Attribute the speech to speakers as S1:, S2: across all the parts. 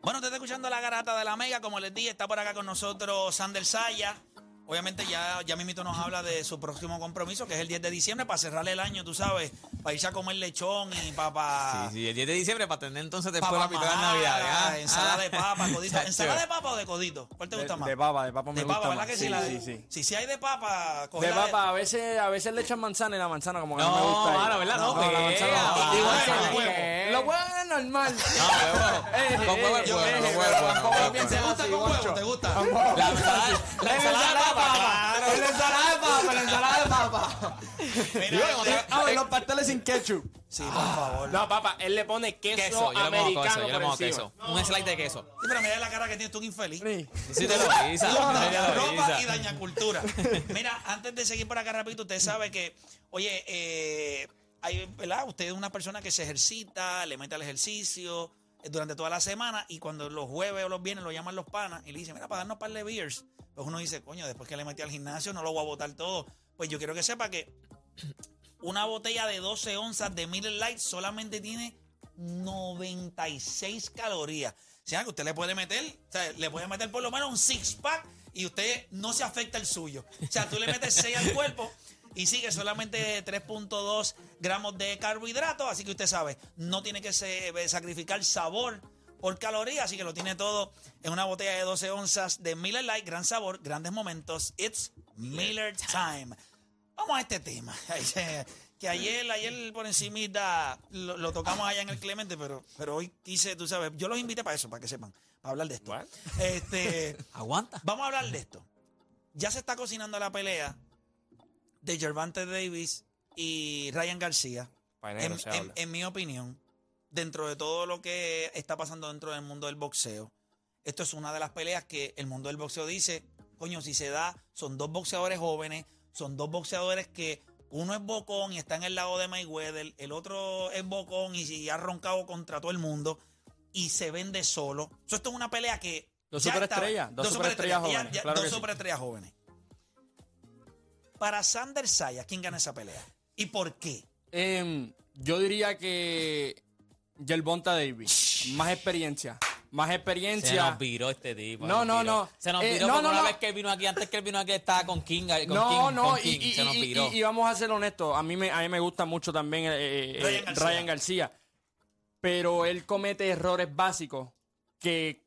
S1: Bueno, te está escuchando la garata de la Mega, como les dije, está por acá con nosotros Sander Saya. Obviamente ya, ya Mimito nos habla de su próximo compromiso, que es el 10 de diciembre, para cerrar el año, tú sabes, para irse a comer lechón y para... para
S2: Ah.
S3: Sí, sí, el 10 de diciembre para tener entonces después la mitad de Navidad. ¿ah?
S1: ensalada de papa, codito.
S3: Chacho.
S1: ¿Ensalada de papa o de codito? ¿Cuál te gusta
S2: de,
S1: más?
S2: de papa, de papa me
S1: De
S2: gusta
S1: papa,
S2: más.
S1: ¿verdad que sí?
S2: sí,
S1: La de-
S2: sí, sí.
S1: Si, si hay de papa,
S2: De
S1: cogela
S2: papa, a veces, a veces le echan manzana y la manzana como que no,
S3: No,
S2: me gusta.
S3: mano, ¿verdad? No,
S2: la
S3: pega,
S2: manzana
S3: va.
S2: Igual
S1: Igual
S2: que
S1: que
S2: el
S1: huevo.
S2: huevo. Los huevos es normal. Eh,
S3: No, Ah, huevo. Con huevo
S2: eh,
S3: es
S2: yo
S3: bueno,
S2: dije,
S3: con huevo es
S2: pero
S3: bueno,
S2: tampoco
S3: con huevo es
S1: ¿Te
S2: piensen
S1: gusta
S2: así,
S1: con huevo?
S2: gucho.
S1: ¿Te gusta?
S3: La ensalada, la ensalada de papa. claro.
S2: Es la ensalada de papa, la ensalada de papa.
S1: Mira,
S3: Digo,
S1: este-
S3: otra-
S2: Ah, los pasteles sin ketchup.
S1: Sí, por favor.
S2: No, papá, él le pone queso,
S3: Queso, yo le mojo
S2: americano
S3: queso, yo le
S2: por
S3: mojo
S2: encima.
S3: queso. Un slide de queso.
S1: Sí, pero mira la cara que tienes tú, que infeliz.
S2: Sí.
S3: Sí te lo guisa, sí te
S1: Daña
S3: lo
S1: ropa
S3: guisa.
S1: y daña cultura. Mira, antes de seguir por acá rapidito, usted sabe que, oye, eh, hay, ¿verdad? Usted es una persona que se ejercita, le mete al ejercicio eh, durante toda la semana y cuando los jueves o los viernes lo llaman los panas y le dicen, mira, para darnos par de beers. Pues uno dice, coño, después que le metí al gimnasio no lo voy a botar todo. Pues yo quiero que sepa que una botella de 12 onzas de Miller Lite solamente tiene 96 calorías. O sea, que usted le puede meter, o sea, le puede meter por lo menos un six-pack y usted no se afecta el suyo. O sea, tú le metes 6 al cuerpo y sigue solamente 3.2 gramos de carbohidratos. Así que usted sabe, no tiene que se- eh, sacrificar sabor por calorías. Así que lo tiene todo en una botella de 12 onzas de Miller Lite. Gran sabor, grandes momentos. It's Miller Time. Vamos a este tema. Que ayer, ayer por encimita lo, lo tocamos allá en el Clemente, pero, pero hoy quise, tú sabes, yo los invité para eso, para que sepan, para hablar de esto.
S2: What?
S1: Este,
S3: Aguanta.
S1: vamos a hablar de esto. Ya se está cocinando la pelea de Gervante Davis y Ryan García.
S2: Pa' negro
S1: En,
S2: se
S1: en-
S2: habla.
S1: en mi opinión, dentro de todo lo que está pasando dentro del mundo del boxeo, esto es una de las peleas que el mundo del boxeo dice, coño, si se da, son dos boxeadores jóvenes, son dos boxeadores que uno es bocón y está en el lado de Mayweather, el otro es bocón y, y ha roncado contra todo el mundo y se vende solo. So, esto es una pelea que...
S2: Dos
S1: ya
S2: superestrellas,
S1: estaba-
S2: dos superestrellas
S1: ya-
S2: jóvenes,
S1: ya-
S2: claro
S1: dos
S2: que sí.
S1: superestrellas jóvenes. Para Sander Sayas, ¿quién gana esa pelea? ¿Y por qué?
S2: Em, yo diría que Yelbonta Davis. Más experiencia. Más
S3: Se nos
S2: experiencia.
S3: viró este tipo.
S2: No,
S3: nos
S2: no,
S3: viró.
S2: no.
S3: Se nos
S2: Eh,
S3: viró
S2: no,
S3: porque
S2: no,
S3: una
S2: no.
S3: vez que él vino aquí, antes que él vino aquí, estaba con King. Con
S2: no,
S3: King,
S2: no,
S3: con King.
S2: y, y-
S3: se nos
S2: y-
S3: viró.
S2: y- y vamos a ser honestos. A mí me, a mí me gusta mucho también eh, eh,
S1: Ryan
S2: eh,
S1: García.
S2: Ryan García. Pero él comete errores básicos que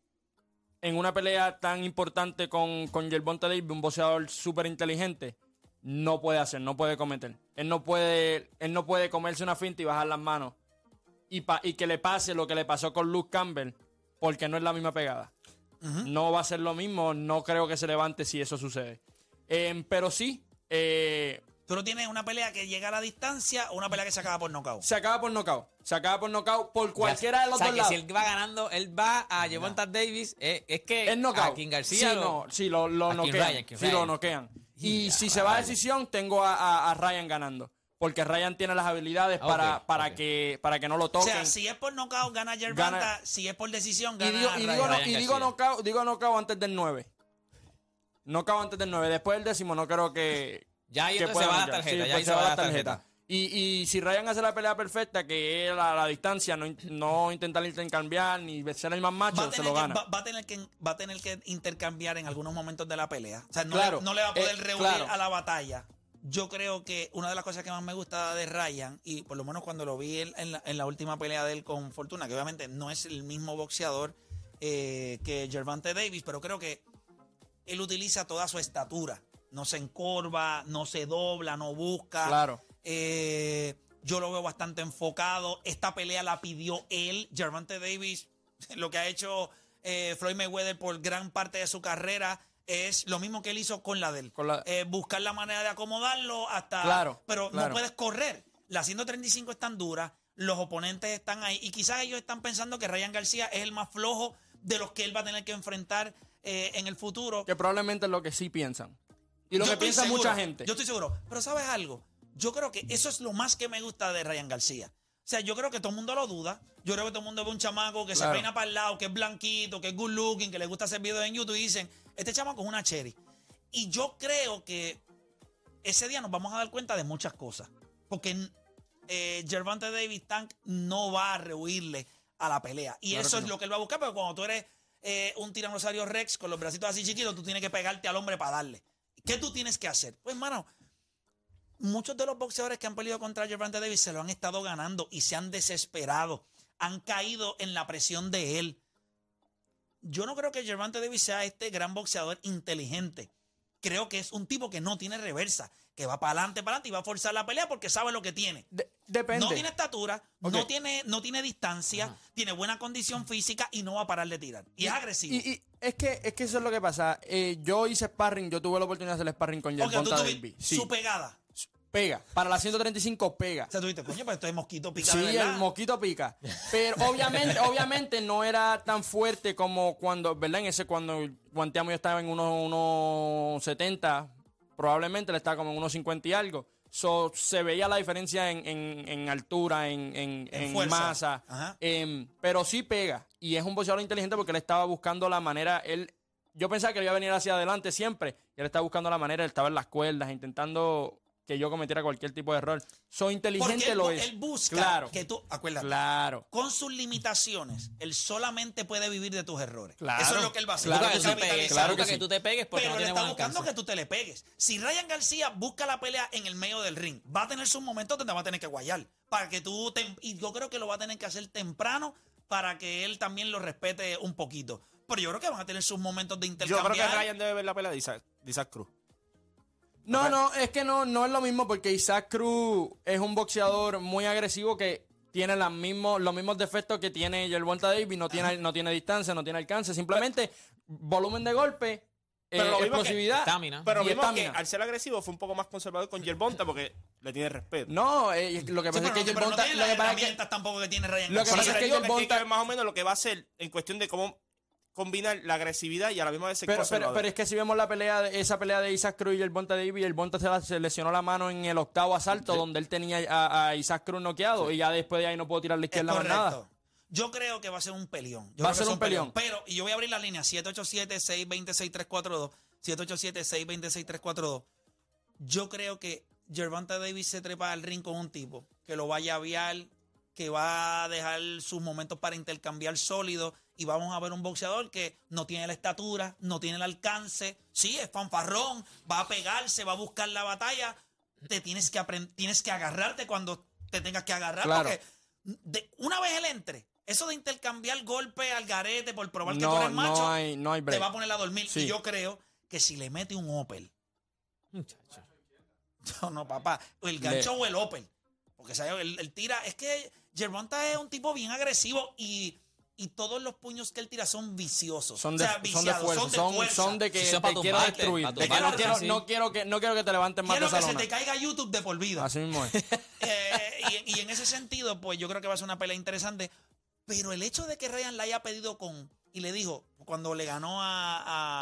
S2: en una pelea tan importante con, con Gervonta Davis, un boxeador súper inteligente, no puede hacer, no puede cometer. Él no puede, él no puede comerse una finta y bajar las manos. Y, pa- y que le pase lo que le pasó con Luke Campbell, porque no es la misma pegada. No va a ser lo mismo, no creo que se levante si eso sucede. Em, pero sí, eh,
S1: Tú no tienes una pelea que llega a la distancia o una pelea que se acaba por nocaut.
S2: se acaba por knockout. Se acaba por knockout por
S3: Ya,
S2: cualquiera de los
S3: o sea,
S2: dos
S3: que Si
S2: lados.
S3: él va ganando, él va a Gervonta Davis. eh, es que
S2: Es knockout.
S3: a King García.
S2: Sí,
S3: lo-
S2: no, sí, lo, lo
S3: a King
S2: noquean.
S3: Ryan, King
S2: sí,
S3: Ryan.
S2: lo noquean. Y
S3: Ya,
S2: si se va a
S3: vaya.
S2: decisión, tengo a, a- a Ryan ganando. Porque Ryan tiene las habilidades
S3: Ah,
S2: para,
S3: ok,
S2: para,
S3: ok.
S2: que, para que no lo
S1: O
S2: toquen.
S1: sea, si es por nocaut, gana Gervonta.
S2: Gana-
S1: Si es por decisión,
S2: y
S1: gana
S2: digo, y
S1: Ryan.
S2: digo, no-
S3: Ryan
S2: y
S3: García.
S2: digo knockout, digo knockout antes del 9. Knockout antes del 9. Después del décimo no creo que,
S3: Ya ahí
S2: que
S3: entonces se
S2: pueda
S3: va la
S2: noquear.
S3: tarjeta.
S2: Sí,
S3: ya ahí
S2: pues
S3: se va la tarjeta.
S2: Y, y si Ryan hace la pelea perfecta, que él a la distancia no, in- no intentar intercambiar ni ser el más
S1: Va a,
S2: macho, se
S1: tener
S2: lo
S1: que,
S2: gana.
S1: va- va a tener que, va a tener que intercambiar en algunos momentos de la pelea. O sea, no,
S2: Claro,
S1: le, no le va a poder
S2: eh,
S1: reunir
S2: claro.
S1: a la batalla. Yo creo que una de las cosas que más me gusta de Ryan, y por lo menos cuando lo vi en, en la, en la última pelea de él con Fortuna, que obviamente no es el mismo boxeador eh, que Gervante Davis, pero creo que él utiliza toda su estatura. No se encorva, no se dobla, no busca.
S2: Claro.
S1: Eh, yo lo veo bastante enfocado. Esta pelea la pidió él, Gervante Davis. Lo que ha hecho eh, Floyd Mayweather por gran parte de su carrera es lo mismo que él hizo con la del
S2: Con la-
S1: buscar la manera de acomodarlo hasta.
S2: Claro,
S1: Pero no
S2: claro.
S1: puedes correr. La 135 es tan dura, los oponentes están ahí. Y quizás ellos están pensando que Ryan García es el más flojo de los que él va a tener que enfrentar eh, en el futuro.
S2: Que probablemente es lo que sí piensan. Y lo
S1: Yo
S2: que
S1: estoy
S2: piensa
S1: seguro,
S2: mucha gente.
S1: Yo estoy seguro. Pero ¿sabes algo? Yo creo que eso es lo más que me gusta de Ryan García. O sea, yo creo que todo el mundo lo duda. Yo creo que todo el mundo ve un chamaco que se
S2: Claro.
S1: peina para el lado, que es blanquito, que es good looking, que le gusta hacer videos en YouTube y dicen, este chamaco es una cherry. Y yo creo que ese día nos vamos a dar cuenta de muchas cosas. Porque eh, Gervonta David Tank no va a rehuirle a la pelea. Y
S2: Claro
S1: eso
S2: que
S1: es
S2: no.
S1: lo que él va a buscar, porque cuando tú eres eh, un tiranosaurio rex con los bracitos así chiquitos, tú tienes que pegarte al hombre para darle. ¿Qué tú tienes que hacer? Pues, hermano, muchos de los boxeadores que han peleado contra Gervonta Davis se lo han estado ganando y se han desesperado. Han caído en la presión de él. Yo no creo que Gervonta Davis sea este gran boxeador inteligente. Creo que es un tipo que no tiene reversa, que va para adelante, para adelante y va a forzar la pelea porque sabe lo que tiene.
S2: De- depende.
S1: No tiene estatura, no,
S2: Ok.
S1: tiene, no tiene distancia, tiene buena condición física y no va a parar de tirar. Y, es agresivo.
S2: Y, y es, que, es que eso es lo que pasa. Eh, yo hice sparring, yo tuve la oportunidad de hacer sparring con
S1: porque tú
S2: Yerbonta
S1: tuvi-
S2: Davis. Sí,
S1: su pegada.
S2: pega. Para la 135 pega.
S1: O sea, tú dijiste, coño, pero esto es mosquito pica de
S2: Sí,
S1: verdad.
S2: el mosquito pica. Pero obviamente, obviamente no era tan fuerte como cuando, ¿verdad? En ese cuando guanteamos yo estaba en unos unos 70, probablemente le estaba como en unos 50 y algo. So, se veía la diferencia en, en- en altura, en, en-
S1: En
S2: en
S1: fuerza.
S2: masa.
S1: Ajá.
S2: Em, pero sí pega. Y es un boxeador inteligente porque él estaba buscando la manera. Él, yo pensaba que él iba a venir hacia adelante siempre. Y él estaba buscando la manera, él estaba en las cuerdas, intentando que yo cometiera cualquier tipo de error. Soy inteligente
S1: porque él,
S2: lo
S1: bu-
S2: es.
S1: él busca
S2: Claro.
S1: que tú, acuérdate,
S2: Claro.
S1: con sus limitaciones, él solamente puede vivir de tus errores.
S2: Claro.
S1: Eso es lo que él va a hacer.
S2: Claro
S1: Busca
S3: que, tú
S2: que sí.
S3: te
S1: capitalizar.
S3: pegues,
S2: Claro
S3: busca
S2: que
S3: que
S2: sí.
S3: tú te pegues porque
S1: pero
S3: no
S1: le
S3: tiene
S1: está
S3: buen
S1: buscando que
S3: alcance.
S1: tú te le pegues. Si Ryan García busca la pelea en el medio del ring, va a tener sus momentos donde va a tener que guayar. Para que tú te- y yo creo que lo va a tener que hacer temprano para que él también lo respete un poquito. Pero yo creo que van a tener sus momentos de
S4: Yo
S1: intercambiar.
S4: creo que Ryan debe ver la pelea de Isaac, de Isaac Cruz.
S2: No, no, es que no, no es lo mismo porque Isaac Cruz es un boxeador muy agresivo que tiene las mismos, los mismos defectos que tiene Yervonta Davis, no tiene, no tiene distancia, no tiene alcance, simplemente volumen de golpe,
S4: Pero
S2: eh,
S4: lo mismo que-
S2: explosividad.
S3: Estamina.
S4: Pero
S2: y
S4: vimos que
S2: estamina.
S4: al ser agresivo fue un poco más conservador con Yerbonta porque le tiene respeto.
S2: No, eh, lo que
S1: Sí,
S2: pasa es
S1: pero no- pero
S2: que
S1: no
S2: Yerbonta-
S1: tiene
S2: lo
S1: las
S2: que pasa es que
S1: herramientas tampoco que tiene Ryan
S2: Lo que
S1: García.
S4: Por eso
S2: pasa
S4: le
S2: es que
S4: digo que hay que
S2: Yerbonta-
S4: ver más o menos lo que va a hacer en cuestión de cómo combinar la agresividad y a la misma vez
S1: este
S4: ser
S2: Pero, pero,
S4: conservador.
S2: pero es que si vemos la pelea, de- esa pelea de Isaac Cruz y el Bonta Davis, el Bonta se, la- se lesionó la mano en el octavo asalto donde él tenía a, a Isaac Cruz noqueado y ya después de ahí no puedo tirar la
S1: Es
S2: izquierda más
S1: correcto.
S2: nada.
S1: Yo creo que va a ser un peleón. Yo creo
S2: Va a
S1: que
S2: ser
S1: es
S2: un peleón.
S1: Pero, y yo voy a abrir la línea 787-626-342. 787-626-342. Yo creo que Gervonta Davis se trepa al ring con un tipo que lo va a llavear, que va a dejar sus momentos para intercambiar sólidos. Y vamos a ver un boxeador que no tiene la estatura, no tiene el alcance. Sí, es fanfarrón, va a pegarse, va a buscar la batalla. Te tienes que aprender, tienes que agarrarte cuando te tengas que agarrar.
S2: Claro.
S1: Porque de- una vez él entre, eso de intercambiar golpe al garete por probar que tú
S2: No,
S1: eres macho,
S2: no hay, no hay
S1: te
S2: break.
S1: va a poner a dormir.
S2: Sí.
S1: Y yo creo que si le mete un Opel,
S3: Muchacho.
S1: no, no, papá, o el gancho o el Opel, porque ¿sabes? Él, él tira, es que Gervonta es un tipo bien agresivo y, y todos los puños que él tira son viciosos.
S2: Son
S1: O
S2: de,
S1: sea,
S2: son de
S1: viciados,
S2: fuerza, son, son de que
S3: Sí, son
S2: te
S3: pa'
S2: quiero
S3: tumbarte,
S2: destruir,
S3: pa'
S2: de que no
S1: tumbarte,
S2: quiero,
S3: sí.
S2: no quiero que no quiero que te levantes más de
S1: Quiero
S2: esa
S1: que se
S2: lona.
S1: te caiga YouTube de por vida.
S2: Así mismo es.
S1: Eh, y, y en ese sentido, pues yo creo que va a ser una pelea interesante. Pero el hecho de que Ryan la haya pedido con. Y le dijo, cuando le ganó a,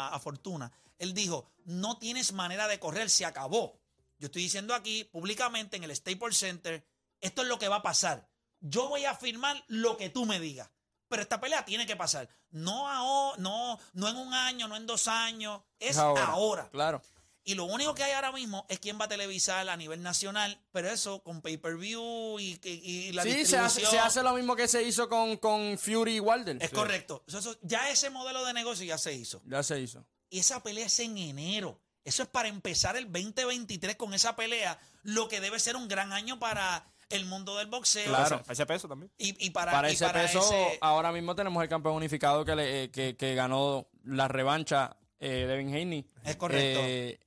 S1: a- a Fortuna, él dijo: No tienes manera de correr, se acabó. Yo estoy diciendo aquí, públicamente, en el Staples Center, esto es lo que va a pasar. Yo voy a firmar lo que tú me digas. Pero esta pelea tiene que pasar. No ahora, no, no en un año, no en dos años. Es ahora.
S2: Claro.
S1: Y lo único que hay ahora mismo es quién va a televisar a nivel nacional, pero eso con pay-per-view y, que- y la
S2: Sí, se hace,
S1: distribución.
S2: se hace lo mismo que se hizo con, con Fury y Wilder.
S1: Es correcto. Eso- eso- ya ese modelo de negocio ya se hizo.
S2: Ya se hizo.
S1: Y esa pelea es en enero. Eso es para empezar el 2023 con esa pelea, lo que debe ser un gran año para el mundo del boxeo.
S2: Claro.
S4: Ese peso también.
S1: Y, y para,
S2: Para
S1: y
S2: ese
S1: para
S2: peso, ah,
S1: ese-
S2: ahora mismo tenemos el campeón unificado que, le- eh, que, que ganó la revancha eh, Devin Haney.
S1: Es correcto.
S2: Eh,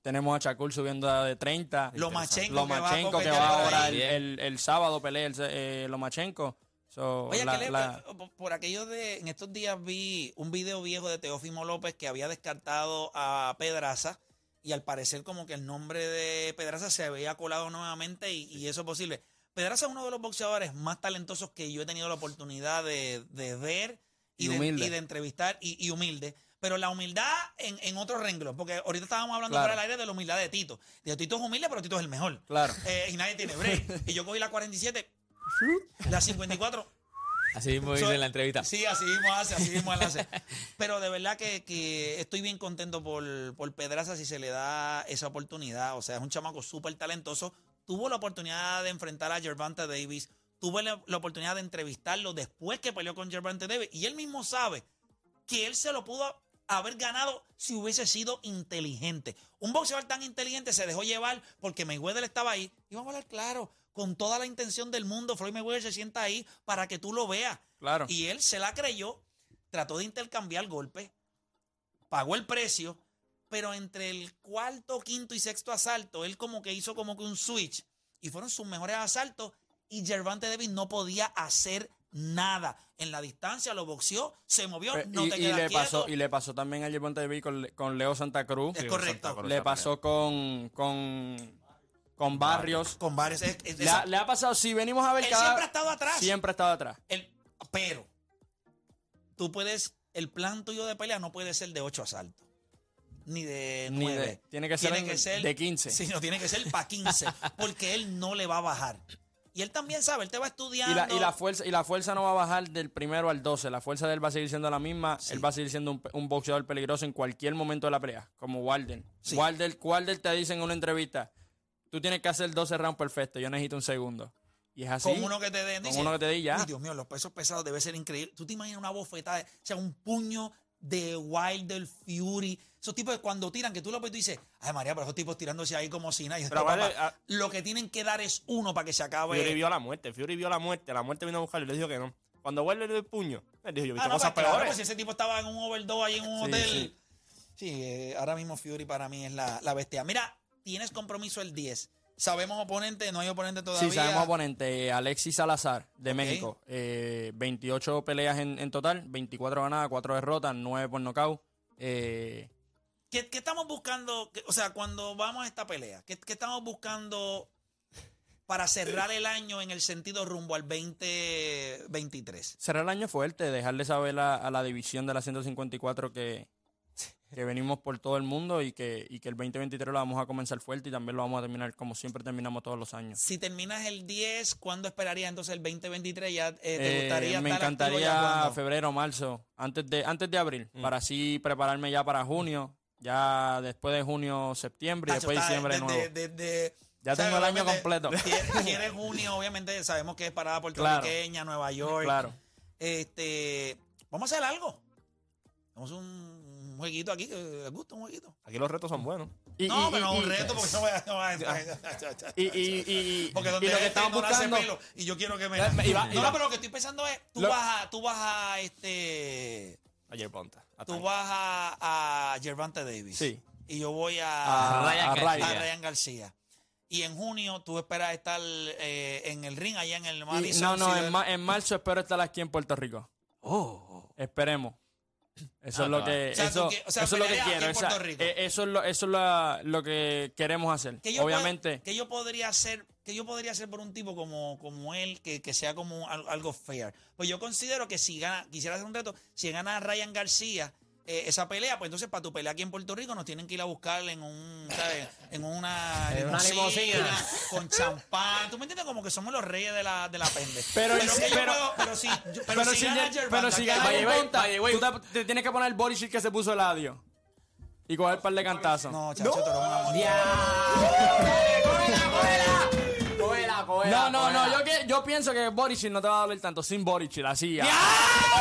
S2: tenemos a Shakur subiendo a de 30.
S1: Lomachenko que va a
S2: Lomachenko que
S1: competir
S2: va
S1: por
S2: ahora
S1: ahí.
S2: el, el- el sábado pelea el, eh, Lomachenko. So,
S1: Oye,
S2: la-
S1: que le-
S2: la-
S1: por- por aquello de. En estos días vi un video viejo de Teófimo López que había descartado a Pedraza. Y al parecer, como que el nombre de Pedraza se había colado nuevamente y, y eso es posible. Pedraza es uno de los boxeadores más talentosos que yo he tenido la oportunidad de, de ver y,
S2: Y
S1: de,
S2: humilde.
S1: y de entrevistar y, y humilde. Pero la humildad en, en otro renglón, porque ahorita estábamos hablando
S2: Claro.
S1: fuera del aire de la humildad de Tito. Digo, Tito es humilde, pero Tito es el mejor.
S2: Claro.
S1: Eh, y nadie tiene break. Y yo cogí la 47, la 54,
S3: Así mismo dice
S1: So-
S3: en la entrevista.
S1: Sí, así mismo hace, así mismo él hace. Pero de verdad que, que estoy bien contento por, por Pedraza si se le da esa oportunidad. O sea, es un chamaco súper talentoso. Tuvo la oportunidad de enfrentar a Gervonta Davis. Tuve la, la oportunidad de entrevistarlo después que peleó con Gervonta Davis y él mismo sabe que él se lo pudo haber ganado si hubiese sido inteligente. Un boxeador tan inteligente se dejó llevar porque Mayweather estaba ahí. Y vamos a hablar claro, con toda la intención del mundo, Floyd Mayweather se sienta ahí para que tú lo veas.
S2: Claro.
S1: Y él se la creyó, trató de intercambiar golpes, pagó el precio, pero entre el cuarto, quinto y sexto asalto, él como que hizo como que un switch y fueron sus mejores asaltos y Gervante Davis no podía hacer nada. En la distancia lo boxeó, se movió,
S2: Pe-
S1: no
S2: y,
S1: te
S2: y
S1: quedas
S2: le
S1: quieto.
S2: pasó, y le pasó también a Gervonta Davis con, Le- con Leo Santa Cruz.
S1: Es correcto.
S2: Le pasó con, con, con Barrios.
S1: con varios. es- es-
S2: Le,
S1: esa-
S2: ha- le ha pasado, si venimos a ver
S1: él
S2: cada-
S1: siempre ha estado atrás.
S2: siempre ha estado atrás.
S1: El- pero tú puedes, el plan tuyo de pelea no puede ser de ocho asaltos. Ni de
S2: Ni de-
S1: nueve.
S2: tiene que ser en- de 15.
S1: Sí, no, tiene que ser para 15. porque él no le va a bajar. Y él también sabe, él te va estudiando.
S2: Y la, y la fuerza, y la fuerza no va a bajar del primero al 12. La fuerza de él va a seguir siendo la misma.
S1: Sí.
S2: Él va a seguir siendo un, pe- un boxeador peligroso en cualquier momento de la pelea, como Walden.
S1: Sí.
S2: Walden, Walden te dice en una entrevista, tú tienes que hacer 12 rounds perfectos, yo necesito un segundo. Y es así.
S1: con uno que te den.
S2: Con
S1: dice,
S2: uno que te di ya.
S1: "Uy, Dios mío, los pesos pesados debe ser increíble. Tú te imaginas una bofetada, o sea, un puño de Wilder Fury. Esos tipos que cuando tiran, que tú lo ves y tú dices, ay María, pero esos tipos tirándose ahí como si nada. Y
S4: Pero
S1: esto,
S4: vale,
S1: papá,
S4: ah,
S1: lo que tienen que dar es uno para que se
S4: Fury
S1: acabe.
S4: vio la muerte. Fury vio la muerte. La muerte vino a buscarlo y le dijo que no. Cuando vuelve le dio el puño. Él dijo, yo he visto
S1: Ah, no,
S4: cosas
S1: pues, claro,
S4: peores.
S1: pues, si ese tipo estaba en un overdose ahí en un
S4: Sí,
S1: hotel. Sí,
S4: sí.
S1: eh, ahora mismo Fury para mí es la, la bestia. Mira, tienes compromiso el 10. Sabemos oponente, no hay oponente todavía.
S2: Sí, sabemos oponente. eh, Alexis Salazar, de
S1: Ok.
S2: México. Eh, 28 peleas en, en total, 24 ganadas, 4 derrotas, 9 por nocaut. Eh,
S1: ¿Qué, qué estamos buscando? ¿Qué- O sea, cuando vamos a esta pelea, ¿qué, qué estamos buscando para cerrar el año en el sentido rumbo al 2023?
S2: Será el año fuerte, dejarle saber a, a la división de la 154 que, que venimos por todo el mundo y que, y que el 2023 lo vamos a comenzar fuerte y también lo vamos a terminar como siempre terminamos todos los años.
S1: Si terminas el 10, ¿cuándo esperarías entonces el 2023? ¿Ya eh, te
S2: Eh,
S1: gustaría
S2: me
S1: estar activo ya Mm.
S2: encantaría
S1: cuando?
S2: febrero, marzo, antes de, antes de abril, para así prepararme ya para junio, ya después de junio, septiembre y
S1: Tacho,
S2: después
S1: está
S2: diciembre de
S1: desde-
S2: nuevo.
S1: desde-
S2: Ya
S1: ¿sabes?
S2: tengo el año
S1: Obviamente,
S2: completo.
S1: quiere- Quiere junio, obviamente sabemos que es parada puertorriqueña, Nueva York.
S2: Claro.
S1: Este, vamos a hacer algo. Vamos a un jueguito aquí, que les gusta un jueguito.
S4: Aquí los retos son buenos.
S2: Y-
S1: no,
S2: y-
S1: pero no
S2: y-
S1: un reto porque no voy a. no voy a-
S2: Y, y- y- y-
S1: porque donde
S2: y lo
S1: este
S2: que estamos
S1: no nace
S2: buscando.
S1: pelo y yo quiero que me.
S2: Eh, y va- y
S1: no,
S2: va-
S1: pero lo que estoy pensando es: tú
S2: Lo-
S1: vas a. Tú vas a. Este,
S4: Ayer Ponta.
S1: tú vas a. A Gervante Davis.
S2: Sí. Ah,
S1: Y yo voy
S2: A
S1: a.
S3: Ryan
S2: a
S3: García.
S1: a Ryan García. Y en junio tú esperas estar eh, en el ring allá en el
S2: Y-
S1: Madison.
S2: no, no,
S1: City
S2: en, ma- en marzo espero estar aquí en Puerto Rico.
S3: Oh.
S2: Esperemos. Eso
S3: Ah,
S2: es lo
S3: no.
S2: que
S1: O sea, tú
S2: eso,
S1: que- o sea,
S2: eso es lo que
S1: pelearías aquí
S2: quiero.
S1: en
S2: esa-
S1: Puerto Rico.
S2: eh, eso es lo eso es la- lo que queremos hacer.
S1: que yo
S2: Obviamente.
S1: pod- que yo podría hacer que yo podría hacer por un tipo como, como él que, que sea como al- algo fair pues yo considero que si gana quisiera hacer un reto si gana Ryan García eh, esa pelea pues entonces para tu pelea aquí en Puerto Rico nos tienen que ir a buscar en un ¿sabes? en una
S3: En una limusina.
S1: con champán tú me entiendes como que somos los reyes de la de la pende
S2: Pero-
S1: que yo
S2: pero-
S1: puedo- pero si yo- pero si
S2: Ger-
S1: gana Gervonta,
S2: pero si
S1: que-
S2: gana
S3: By the way,
S2: Gervonta,
S3: by the way.
S2: tú te, te tienes que poner el body shield que se puso el adio. Y coger el par de cantazos.
S1: no chacho tú eres una montaña.
S3: Cógela,
S2: No,
S3: cógela,
S2: no, no,
S3: cógela.
S2: yo, que, yo pienso que body shield no te va a doler tanto sin body shield, así. a-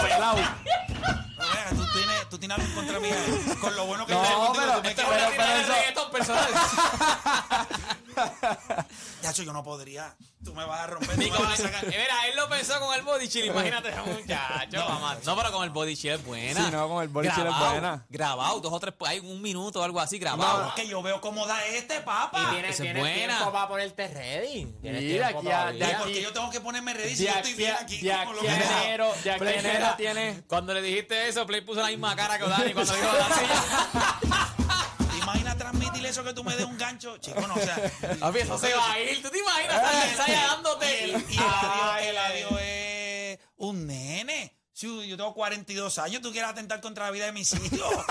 S2: pelado.
S1: Pero venga, tú tienes tú tienes algo en contra mía con lo bueno que
S2: No,
S1: yo tengo contigo,
S2: pero-
S1: tú me
S2: Este
S3: Te
S1: quieres-
S3: voy a tirar
S2: Pero- pero
S3: el
S2: eso-
S3: reggaetón personal.
S1: Chacho, yo no podría. Tú me vas a romper. tú me
S3: Nico,
S1: vas a
S3: ay,
S1: sacar.
S3: eh, mira, él lo pensó con el body chill. Imagínate, muchacho. mamá. No, pero con el body chill es buena.
S2: Sí, no, con el body chill es
S3: Grabado,
S2: buena.
S3: Grabado, dos o tres, hay un minuto o algo
S1: No,
S3: así
S1: es
S3: grabado.
S1: que yo veo cómo da este, papá.
S5: Tienes,
S3: Ah, Esa es
S5: tienes
S3: buena.
S5: tiempo para ponerte ready. Tienes
S2: Mira,
S5: tiempo
S2: aquí ya-
S5: todavía.
S2: de
S1: Ay,
S2: aquí-
S1: porque yo tengo que ponerme ready si
S2: De
S1: yo estoy
S2: aquí
S1: bien
S2: a-
S1: aquí.
S2: de
S1: con lo
S2: aquí
S1: que
S2: a
S1: sea.
S2: enero, de aquí a
S3: Play
S2: enero
S3: era-
S2: tiene.
S3: Cuando le dijiste eso, Play puso la misma cara que Dani cuando dijo así.
S1: ¿Te imaginas transmitir eso que tú me des un gancho? Chico, no, o sea.
S3: Papi, eso se va a ir. ¿Tú te imaginas estar en ensaya dándote?
S1: Y
S3: Ah.
S1: el, y el adiós, el adiós es un nene. Si yo tengo 42 años, tú quieres atentar contra la vida de mis hijos.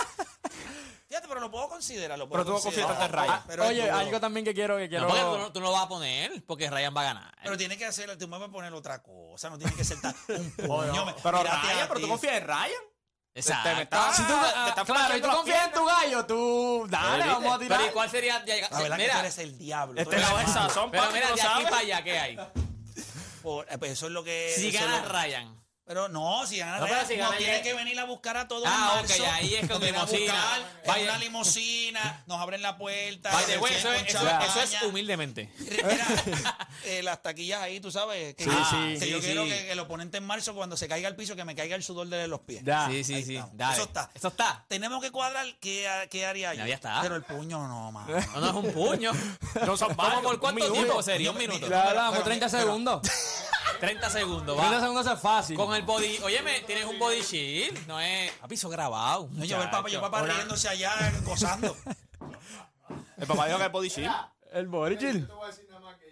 S1: Fíjate, pero lo puedo considerar. Lo puedo
S4: Pero tú no confías
S1: considerar.
S4: tanto en Ryan.
S1: Ah, pero es
S2: Oye,
S1: duro.
S2: algo también que quiero que
S3: No,
S2: quiero.
S3: porque tú, no- tú no lo vas a poner, porque Ryan va a ganar.
S1: Pero tiene que hacer, tú me vas a poner otra cosa, no tiene que ser tan un puño. me-
S4: Pero
S1: mírate a
S4: Ryan, pero tú
S1: ti.
S4: confías en Ryan.
S3: Exacto.
S4: Te me estás-
S2: Si tú-
S4: Ah, te
S2: ah,
S4: estás
S2: claro, y
S4: flasheando
S2: tú
S4: la
S2: confías en tu gallo, tú dale,
S3: ¿Viste?
S2: vamos a tirar.
S3: Pero ¿y cuál sería? ya-
S1: La verdad que tú
S3: Mira,
S1: eres el diablo. tú
S4: Este
S1: eres
S4: es la
S1: el malo.
S4: sazón,
S3: pero
S4: papi,
S3: mira, Eh,
S4: tú lo
S3: de aquí
S4: sabes.
S3: para allá, ¿qué hay?
S1: por- eh, pues eso es lo que.
S3: Si
S1: eso es
S3: ganas
S1: lo-
S3: Ryan.
S1: Pero no, si gana
S5: No, pero si gana
S1: nos tiene
S5: ya-
S1: que venir a buscar a todos
S3: Ah,
S1: en marzo.
S3: ok, ahí es con
S1: Nos vienen a
S3: limusina.
S1: buscar,
S3: Vaya.
S1: en una limusina, nos abren la puerta.
S3: By the way,
S1: reciben
S3: eso, es-
S1: con
S3: eso es- eso es
S1: champaña.
S3: humildemente.
S1: Mira, eh, las taquillas ahí, tú sabes. Que,
S2: Sí,
S1: que
S2: sí,
S1: yo
S3: sí,
S1: quiero
S3: sí.
S1: que, que el oponente en marzo, cuando se caiga al piso, que me caiga el sudor de los pies.
S2: Ya.
S3: sí, sí,
S1: ahí
S3: sí.
S1: estamos.
S3: Dale.
S1: Eso está.
S3: Ah, Eso está.
S1: Tenemos que cuadrar qué, qué haría yo.
S3: Ya, ya está.
S1: Pero el puño no, más.
S3: No, no es un puño.
S4: No son
S3: ¿Cómo
S4: varios,
S3: por
S4: un
S3: cuánto
S4: minuto.
S3: tiempo sería? Un minuto.
S2: Ya
S1: Pero-
S2: hablamos,
S1: pero-
S2: 30
S1: pero-
S2: segundos.
S3: 30 segundos,
S2: 30
S3: va.
S2: segundos es fácil.
S3: Con el body. Óyeme, tienes un body shield. No es. Papi, eso grabado.
S1: No, yo veo el papá, yo
S3: muchacho.
S1: papá riéndose allá, gozando.
S4: El papá dijo que es body shield.
S2: El Boricil.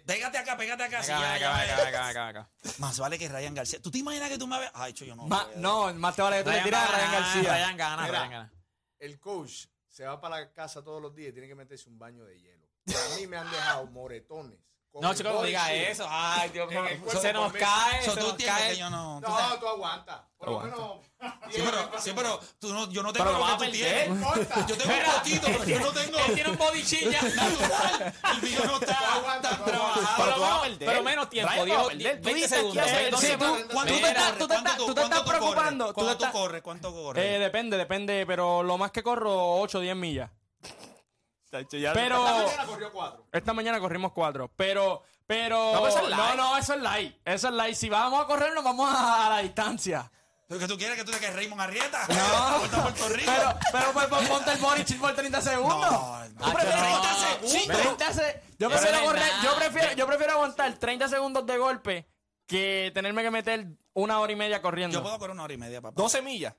S1: Pégate acá, pégate acá. sí, ya,
S3: Acá, acá,
S1: ya,
S3: acá,
S1: ya.
S3: acá, acá, acá.
S1: Más vale que Ryan García. ¿Tú te imaginas que tú me ves? Ay, hecho yo no.
S2: Ma-
S1: puedo.
S2: no, más te vale que tú le
S3: Ryan
S2: tiras a
S3: gana,
S2: Ryan García.
S3: Ryan gana,
S6: Mira.
S3: Ryan gana.
S6: el coach se va para la casa todos los días y tiene que meterse un baño de hielo. A mí me han dejado moretones. con
S3: No,
S6: el
S3: chicos, no
S6: body
S3: diga
S6: shield.
S3: eso. Ay, Dios mío.
S6: En el cuerpo
S3: Se nos
S6: por mes.
S3: cae,
S1: So,
S3: se
S1: tú
S3: nos
S1: entiendes que
S3: cae.
S1: yo no. tú sabes.
S6: No, tú aguantas. Por lo menos.
S1: Sí, pero, sí, pero tú no, yo no tengo
S3: Pero
S1: lo
S3: lo vas
S1: que
S3: a
S1: tú
S3: perder.
S1: tienes.
S6: Corta.
S1: Yo tengo un poquito, pero yo no tengo
S3: Él tiene un body shield ya.
S1: natural. El mío no está
S6: aguantas,
S1: tan
S6: no
S1: trabajado.
S3: Pero,
S4: tú vas a
S3: menos-
S4: perder.
S3: pero menos tiempo,
S4: Ryan va a
S3: dijo,
S4: perder. Tú
S3: 20
S4: dijiste
S3: segundos,
S4: aquí
S3: o sea,
S2: Sí,
S3: entonces-
S2: tú-
S1: ¿Cuánto
S2: tú
S1: te
S2: te estás-
S1: corres?
S2: tú te estás-
S1: ¿Cuánto
S2: tú te estás
S1: cuánto corres?
S2: preocupando, tú te
S1: ¿Cuánto
S2: estás-
S1: corres? ¿Cuánto corres?
S2: Eh, depende, depende, pero lo más que corro 8 o 10 millas.
S4: Tacho, ya-
S2: Pero
S6: Esta mañana corrió cuatro.
S2: esta mañana corrimos 4, pero pero
S4: No, pero eso
S2: no,
S4: es light.
S2: no, eso es light, eso es light. Si vamos a correr nos vamos a, a la distancia.
S1: ¿Pero que tú quieres que tú te quedes Raymond Arrieta?
S2: No.
S1: Vuelta a Puerto Rico.
S2: Pero pero pues, pues, ponte el body chill por 30 segundos.
S1: no, no.
S2: Yo prefiero-
S3: no, no, no.
S1: 30 segundos.
S2: 30 se- yo
S3: Eso no
S2: prefiero
S3: es
S2: correr-
S3: nada.
S2: yo prefiero yo prefiero aguantar 30 segundos de golpe que tenerme que meter una hora y media corriendo.
S1: Yo puedo correr una hora y media, papá.
S4: 12 millas.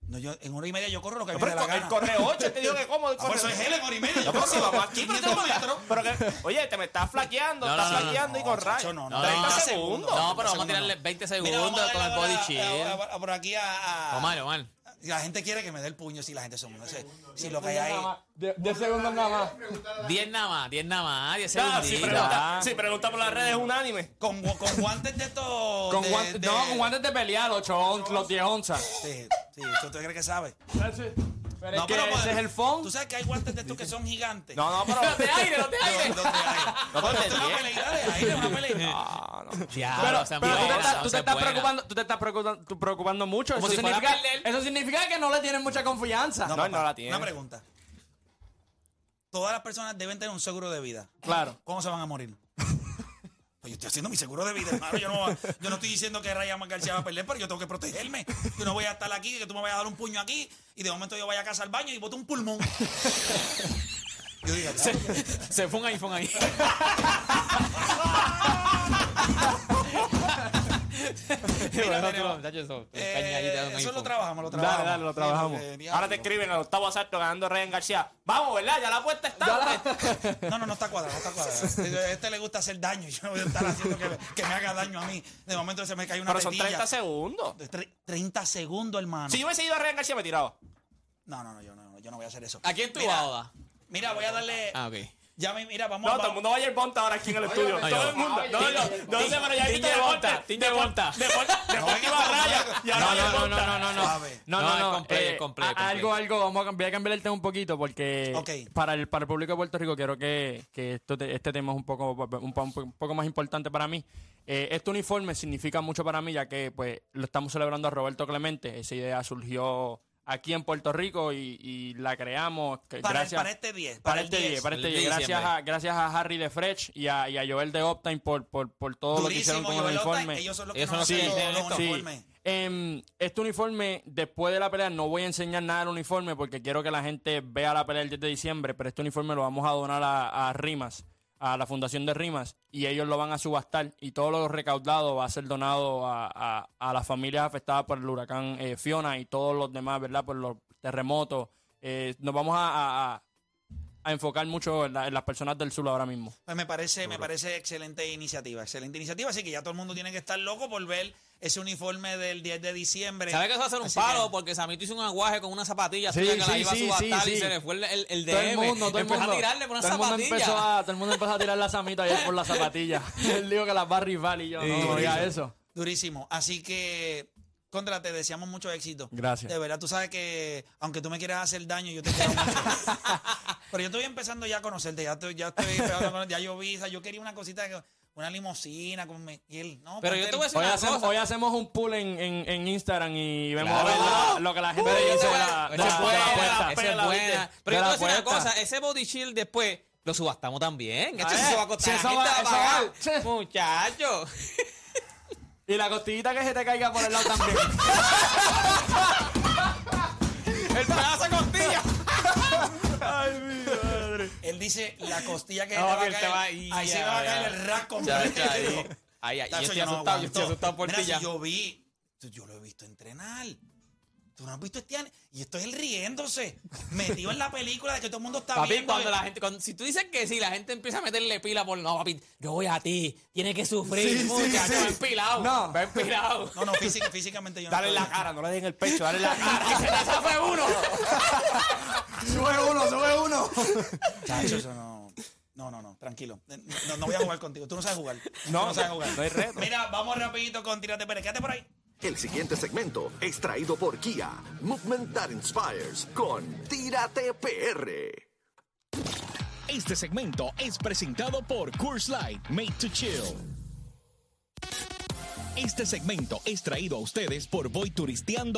S1: No, yo en hora y media yo corro lo que me
S4: Pero
S1: dé
S4: él
S1: la
S4: co- él
S1: gana.
S4: corre 8, te digo que cómo. él
S1: Ah, Por
S4: corre-
S1: eso es él en hora y media. Yo
S4: pero
S1: corro
S4: si vamos aquí, pero
S1: 500
S4: te-
S1: metros.
S4: Pero que, oye, te me estás flaqueando,
S3: No, no,
S4: estás
S3: no, no,
S4: flaqueando y con
S1: chacho,
S4: Ryan.
S1: no, no,
S4: 30
S3: no, no,
S4: segundos.
S3: No, pero vamos a
S1: Segundo,
S3: tirarle
S1: no.
S3: 20
S1: Mira, vamos a
S3: segundos con el
S1: darle
S3: body
S1: ahora-
S3: shield.
S1: ahora Por aquí a... a-
S3: Omar, Omar.
S1: La gente quiere que me dé el puño si la gente son... no sé, Si lo que hay ahí...
S2: 10 segundos nada más.
S3: 10 nada más, 10 nada más, 10
S4: Nah, si,
S3: segunditos.
S4: pregunta, si pregunta por las redes, es unánime.
S1: Con, gu- con guantes de estos...
S2: Con
S1: de-
S2: guantes,
S1: de-
S2: no, con guantes de pelear, los, ocho on- los 10 onzas.
S1: Sí, sí, ¿tú crees que sabes?
S2: Pero es que ese es el phone.
S1: Tú sabes que hay guantes de estos que son gigantes.
S4: No, no, pero.
S3: Los de aire, los de aire.
S1: ¿Dónde hay?
S4: No, pero
S1: Esto es una
S4: diez.
S1: pelea de aire, una pelea.
S3: Ya,
S2: Pero,
S3: sean
S2: pero tú te
S3: buenas,
S2: estás, tú te
S3: sean
S2: estás
S3: buenas.
S2: preocupando, tú te estás preocupan- tú preocupando mucho.
S3: Como
S2: Eso,
S3: si fuera
S2: significa,
S3: a perder.
S2: eso significa que no le tienes mucha confianza.
S4: No,
S1: papá,
S4: no la tiene.
S1: Una pregunta. Todas las personas deben tener un seguro de vida.
S2: Claro.
S1: ¿Cómo se van a morir? Pues yo estoy haciendo mi seguro de vida, hermano. Yo no, yo no estoy diciendo que Ryan García va a perder, pero yo tengo que protegerme. Yo no voy a estar aquí, que tú me vayas a dar un puño aquí y de momento yo vaya a casa al baño y bote un pulmón. Yo digo,
S3: Se fue un iPhone ahí. Mira, tenemos, muchachos, eso,
S1: eh,
S3: cañadita de un
S1: eso lo
S3: iPhone.
S1: trabajamos, lo trabajamos.
S2: dale, lo
S1: Sí,
S2: trabajamos.
S1: porque,
S4: Eh, Ahora te escriben al octavo asalto ganando Ryan García. Vamos, ¿verdad? Ya la puerta está.
S1: No, no, no está cuadrado, no está cuadrado. A este le gusta hacer daño. Yo no voy a estar haciendo que, que me haga daño a mí. De momento se me cae una
S4: Pero son
S1: tetilla.
S4: 30 segundos.
S1: Tre- 30 segundos, hermano.
S4: Si yo hubiese ido a Ryan García, me tiraba.
S1: No, no, no, yo no, yo no voy a hacer eso.
S3: ¿A quién tú
S1: Mira,
S3: vas, Oda?
S1: Mira, voy a darle.
S3: Ah, ok.
S1: Ya me, mira, vamos
S4: No,
S1: vamos-
S4: todo el mundo va a ir bonta ahora aquí en el estudio.
S6: no,
S4: todo
S3: yo-
S4: el mundo. No, no, no. No,
S3: Team-
S4: no, pero ya
S3: Team
S4: viste
S3: de
S4: deporte.
S3: Bonta, Team de
S4: Depo-
S3: Bonta.
S4: Deporte, Deportiva
S1: venga,
S4: Ryan.
S1: venga.
S4: Y ahora
S3: No,
S4: hay
S3: no, no,
S4: Bonta.
S3: no, no, no.
S1: Suave.
S2: No,
S3: No,
S2: no,
S3: es
S2: no.
S3: completo,
S2: eh,
S3: es completo,
S2: a-
S3: completo.
S2: Algo, algo. Vamos a cambiar, voy a cambiar el tema un poquito porque
S1: Ok.
S2: para, el, para el público de Puerto Rico quiero que, que esto te- este tema es un poco, un, po- un poco más importante para mí. Eh, este uniforme significa mucho para mí ya que pues lo estamos celebrando a Roberto Clemente. Esa idea surgió aquí en Puerto Rico y, y la creamos. que
S1: para,
S2: gracias,
S1: para este 10.
S2: para este día,
S1: 10.
S2: para este
S3: el
S2: día.
S3: de
S2: Gracias
S3: diciembre.
S2: a, gracias a Harry de Fresh y a, y a Joel de Optime por, por, por todo lo que hicieron
S1: Durísimo,
S2: con
S1: yo
S2: el uniforme.
S1: Ellos son los que
S3: Ellos
S1: nos
S3: son los
S1: hacen
S3: que
S1: los-
S3: hacen
S1: los
S3: esto.
S2: Sí.
S1: uniformes.
S2: Em, este uniforme, después de la pelea, no voy a enseñar nada del uniforme porque quiero que la gente vea la pelea el 10 de diciembre, pero este uniforme lo vamos a donar a, a Rimas, a la Fundación de Rimas, y ellos lo van a subastar y todo lo recaudado va a ser donado a, a- a las familias afectadas por el huracán eh, Fiona y todos los demás, ¿verdad? Por los terremotos. Eh, nos vamos a, a- a- a enfocar mucho en, la- en las personas del sur ahora mismo.
S1: Pues me parece, me parece excelente iniciativa, excelente iniciativa. Así que ya todo el mundo tiene que estar loco por ver ese uniforme del 10 de diciembre.
S3: ¿Sabes que eso va a ser un
S1: Así
S3: palo?
S1: que-
S3: Porque Samito hizo un aguaje con una zapatilla
S2: Sí,
S3: suya que la
S2: sí,
S3: iba a
S2: sí,
S3: subastar
S2: sí,
S3: y
S2: sí.
S3: se le fue el, el, el DM.
S2: Todo el mundo, todo el
S3: Empezó
S2: mundo.
S3: a tirarle por una
S2: todo, el mundo
S3: zapatilla.
S2: empezó a, todo el mundo empezó a tirar la samita ayer por la zapatilla. Él dijo que las va a rifar y yo, no, no diga eso.
S1: Durísimo. Así que, contra, te deseamos mucho éxito.
S2: Gracias.
S1: De verdad, tú sabes que, aunque tú me quieras hacer daño, yo te quiero mucho. Pero yo estoy empezando ya a conocerte, ya estoy, ya estoy, ya yo vi, o sea, yo quería una cosita, que- una limusina con mi- y él, no,
S3: Pero yo
S1: ponte
S3: te voy a
S1: el-
S3: decir
S2: Hoy
S3: una
S2: hacemos,
S3: cosa.
S2: hoy hacemos un pool en, en- en Instagram y vemos
S3: Claro.
S2: a ver lo que la gente
S3: Pero yo
S2: dice
S3: te
S2: de
S3: voy
S2: la,
S3: a-
S2: de
S3: Esa
S2: la-
S3: es
S2: de la
S3: buena, esa
S2: apuesta.
S3: es
S2: De la
S3: buena. Pero yo te
S2: de
S3: voy a
S2: la
S3: decir una
S2: apuesta.
S3: cosa, ese body shield después lo subastamos también. Esto
S2: Ah,
S3: se va a
S2: si
S3: costar,
S2: eso
S3: la gente
S2: va-
S3: va a
S2: eso
S3: pagar.
S2: va-
S3: Muchacho.
S2: Y la costillita que se te caiga por el lado también.
S3: El pedazo de costilla.
S1: Él dice la costilla que
S3: No,
S1: te va a
S3: que él te
S1: caer,
S3: va ahí,
S1: ahí se
S3: ya,
S1: va a
S3: ya.
S1: caer el rack
S3: Ya,
S1: completo.
S3: ya, ahí. Ahí, ahí. Yo
S1: Tacho,
S3: estoy
S1: yo no
S3: asustado, yo estoy
S1: aguanto.
S3: asustado por
S1: Mira,
S3: ti ya.
S1: si yo vi, yo lo he visto entrenar. Tú no has visto este año. Y esto es él riéndose. metido en la película de que todo el mundo está
S3: Papi,
S1: viendo.
S3: cuando la gente, cuando- si tú dices que sí, la gente empieza a meterle pila por no, papi, yo voy a ti, tienes que sufrir,
S2: Sí, sí,
S3: muchacho,
S2: sí.
S3: va empilado,
S2: No.
S3: va empilado.
S1: No, no, física- físicamente yo
S4: Dale
S1: no.
S4: en
S1: estoy-
S4: la cara, no le den el pecho, dale en la cara.
S3: ¡Esa fue uno!
S2: sube uno, sube uno.
S1: Chacho, eso no. No, no, no, tranquilo. Eh, No, no voy a jugar contigo. Tú no sabes jugar. Tú
S4: No,
S1: no sabes jugar.
S4: no hay reto.
S1: Mira, vamos rapidito con Tírate Pérez. Quédate por ahí.
S7: El siguiente segmento es traído por Kia, Movement That Inspires, con Tírate PR.
S8: Este segmento es presentado por Coors Light, Made to Chill. Este segmento es traído a ustedes por voyturisteando.com.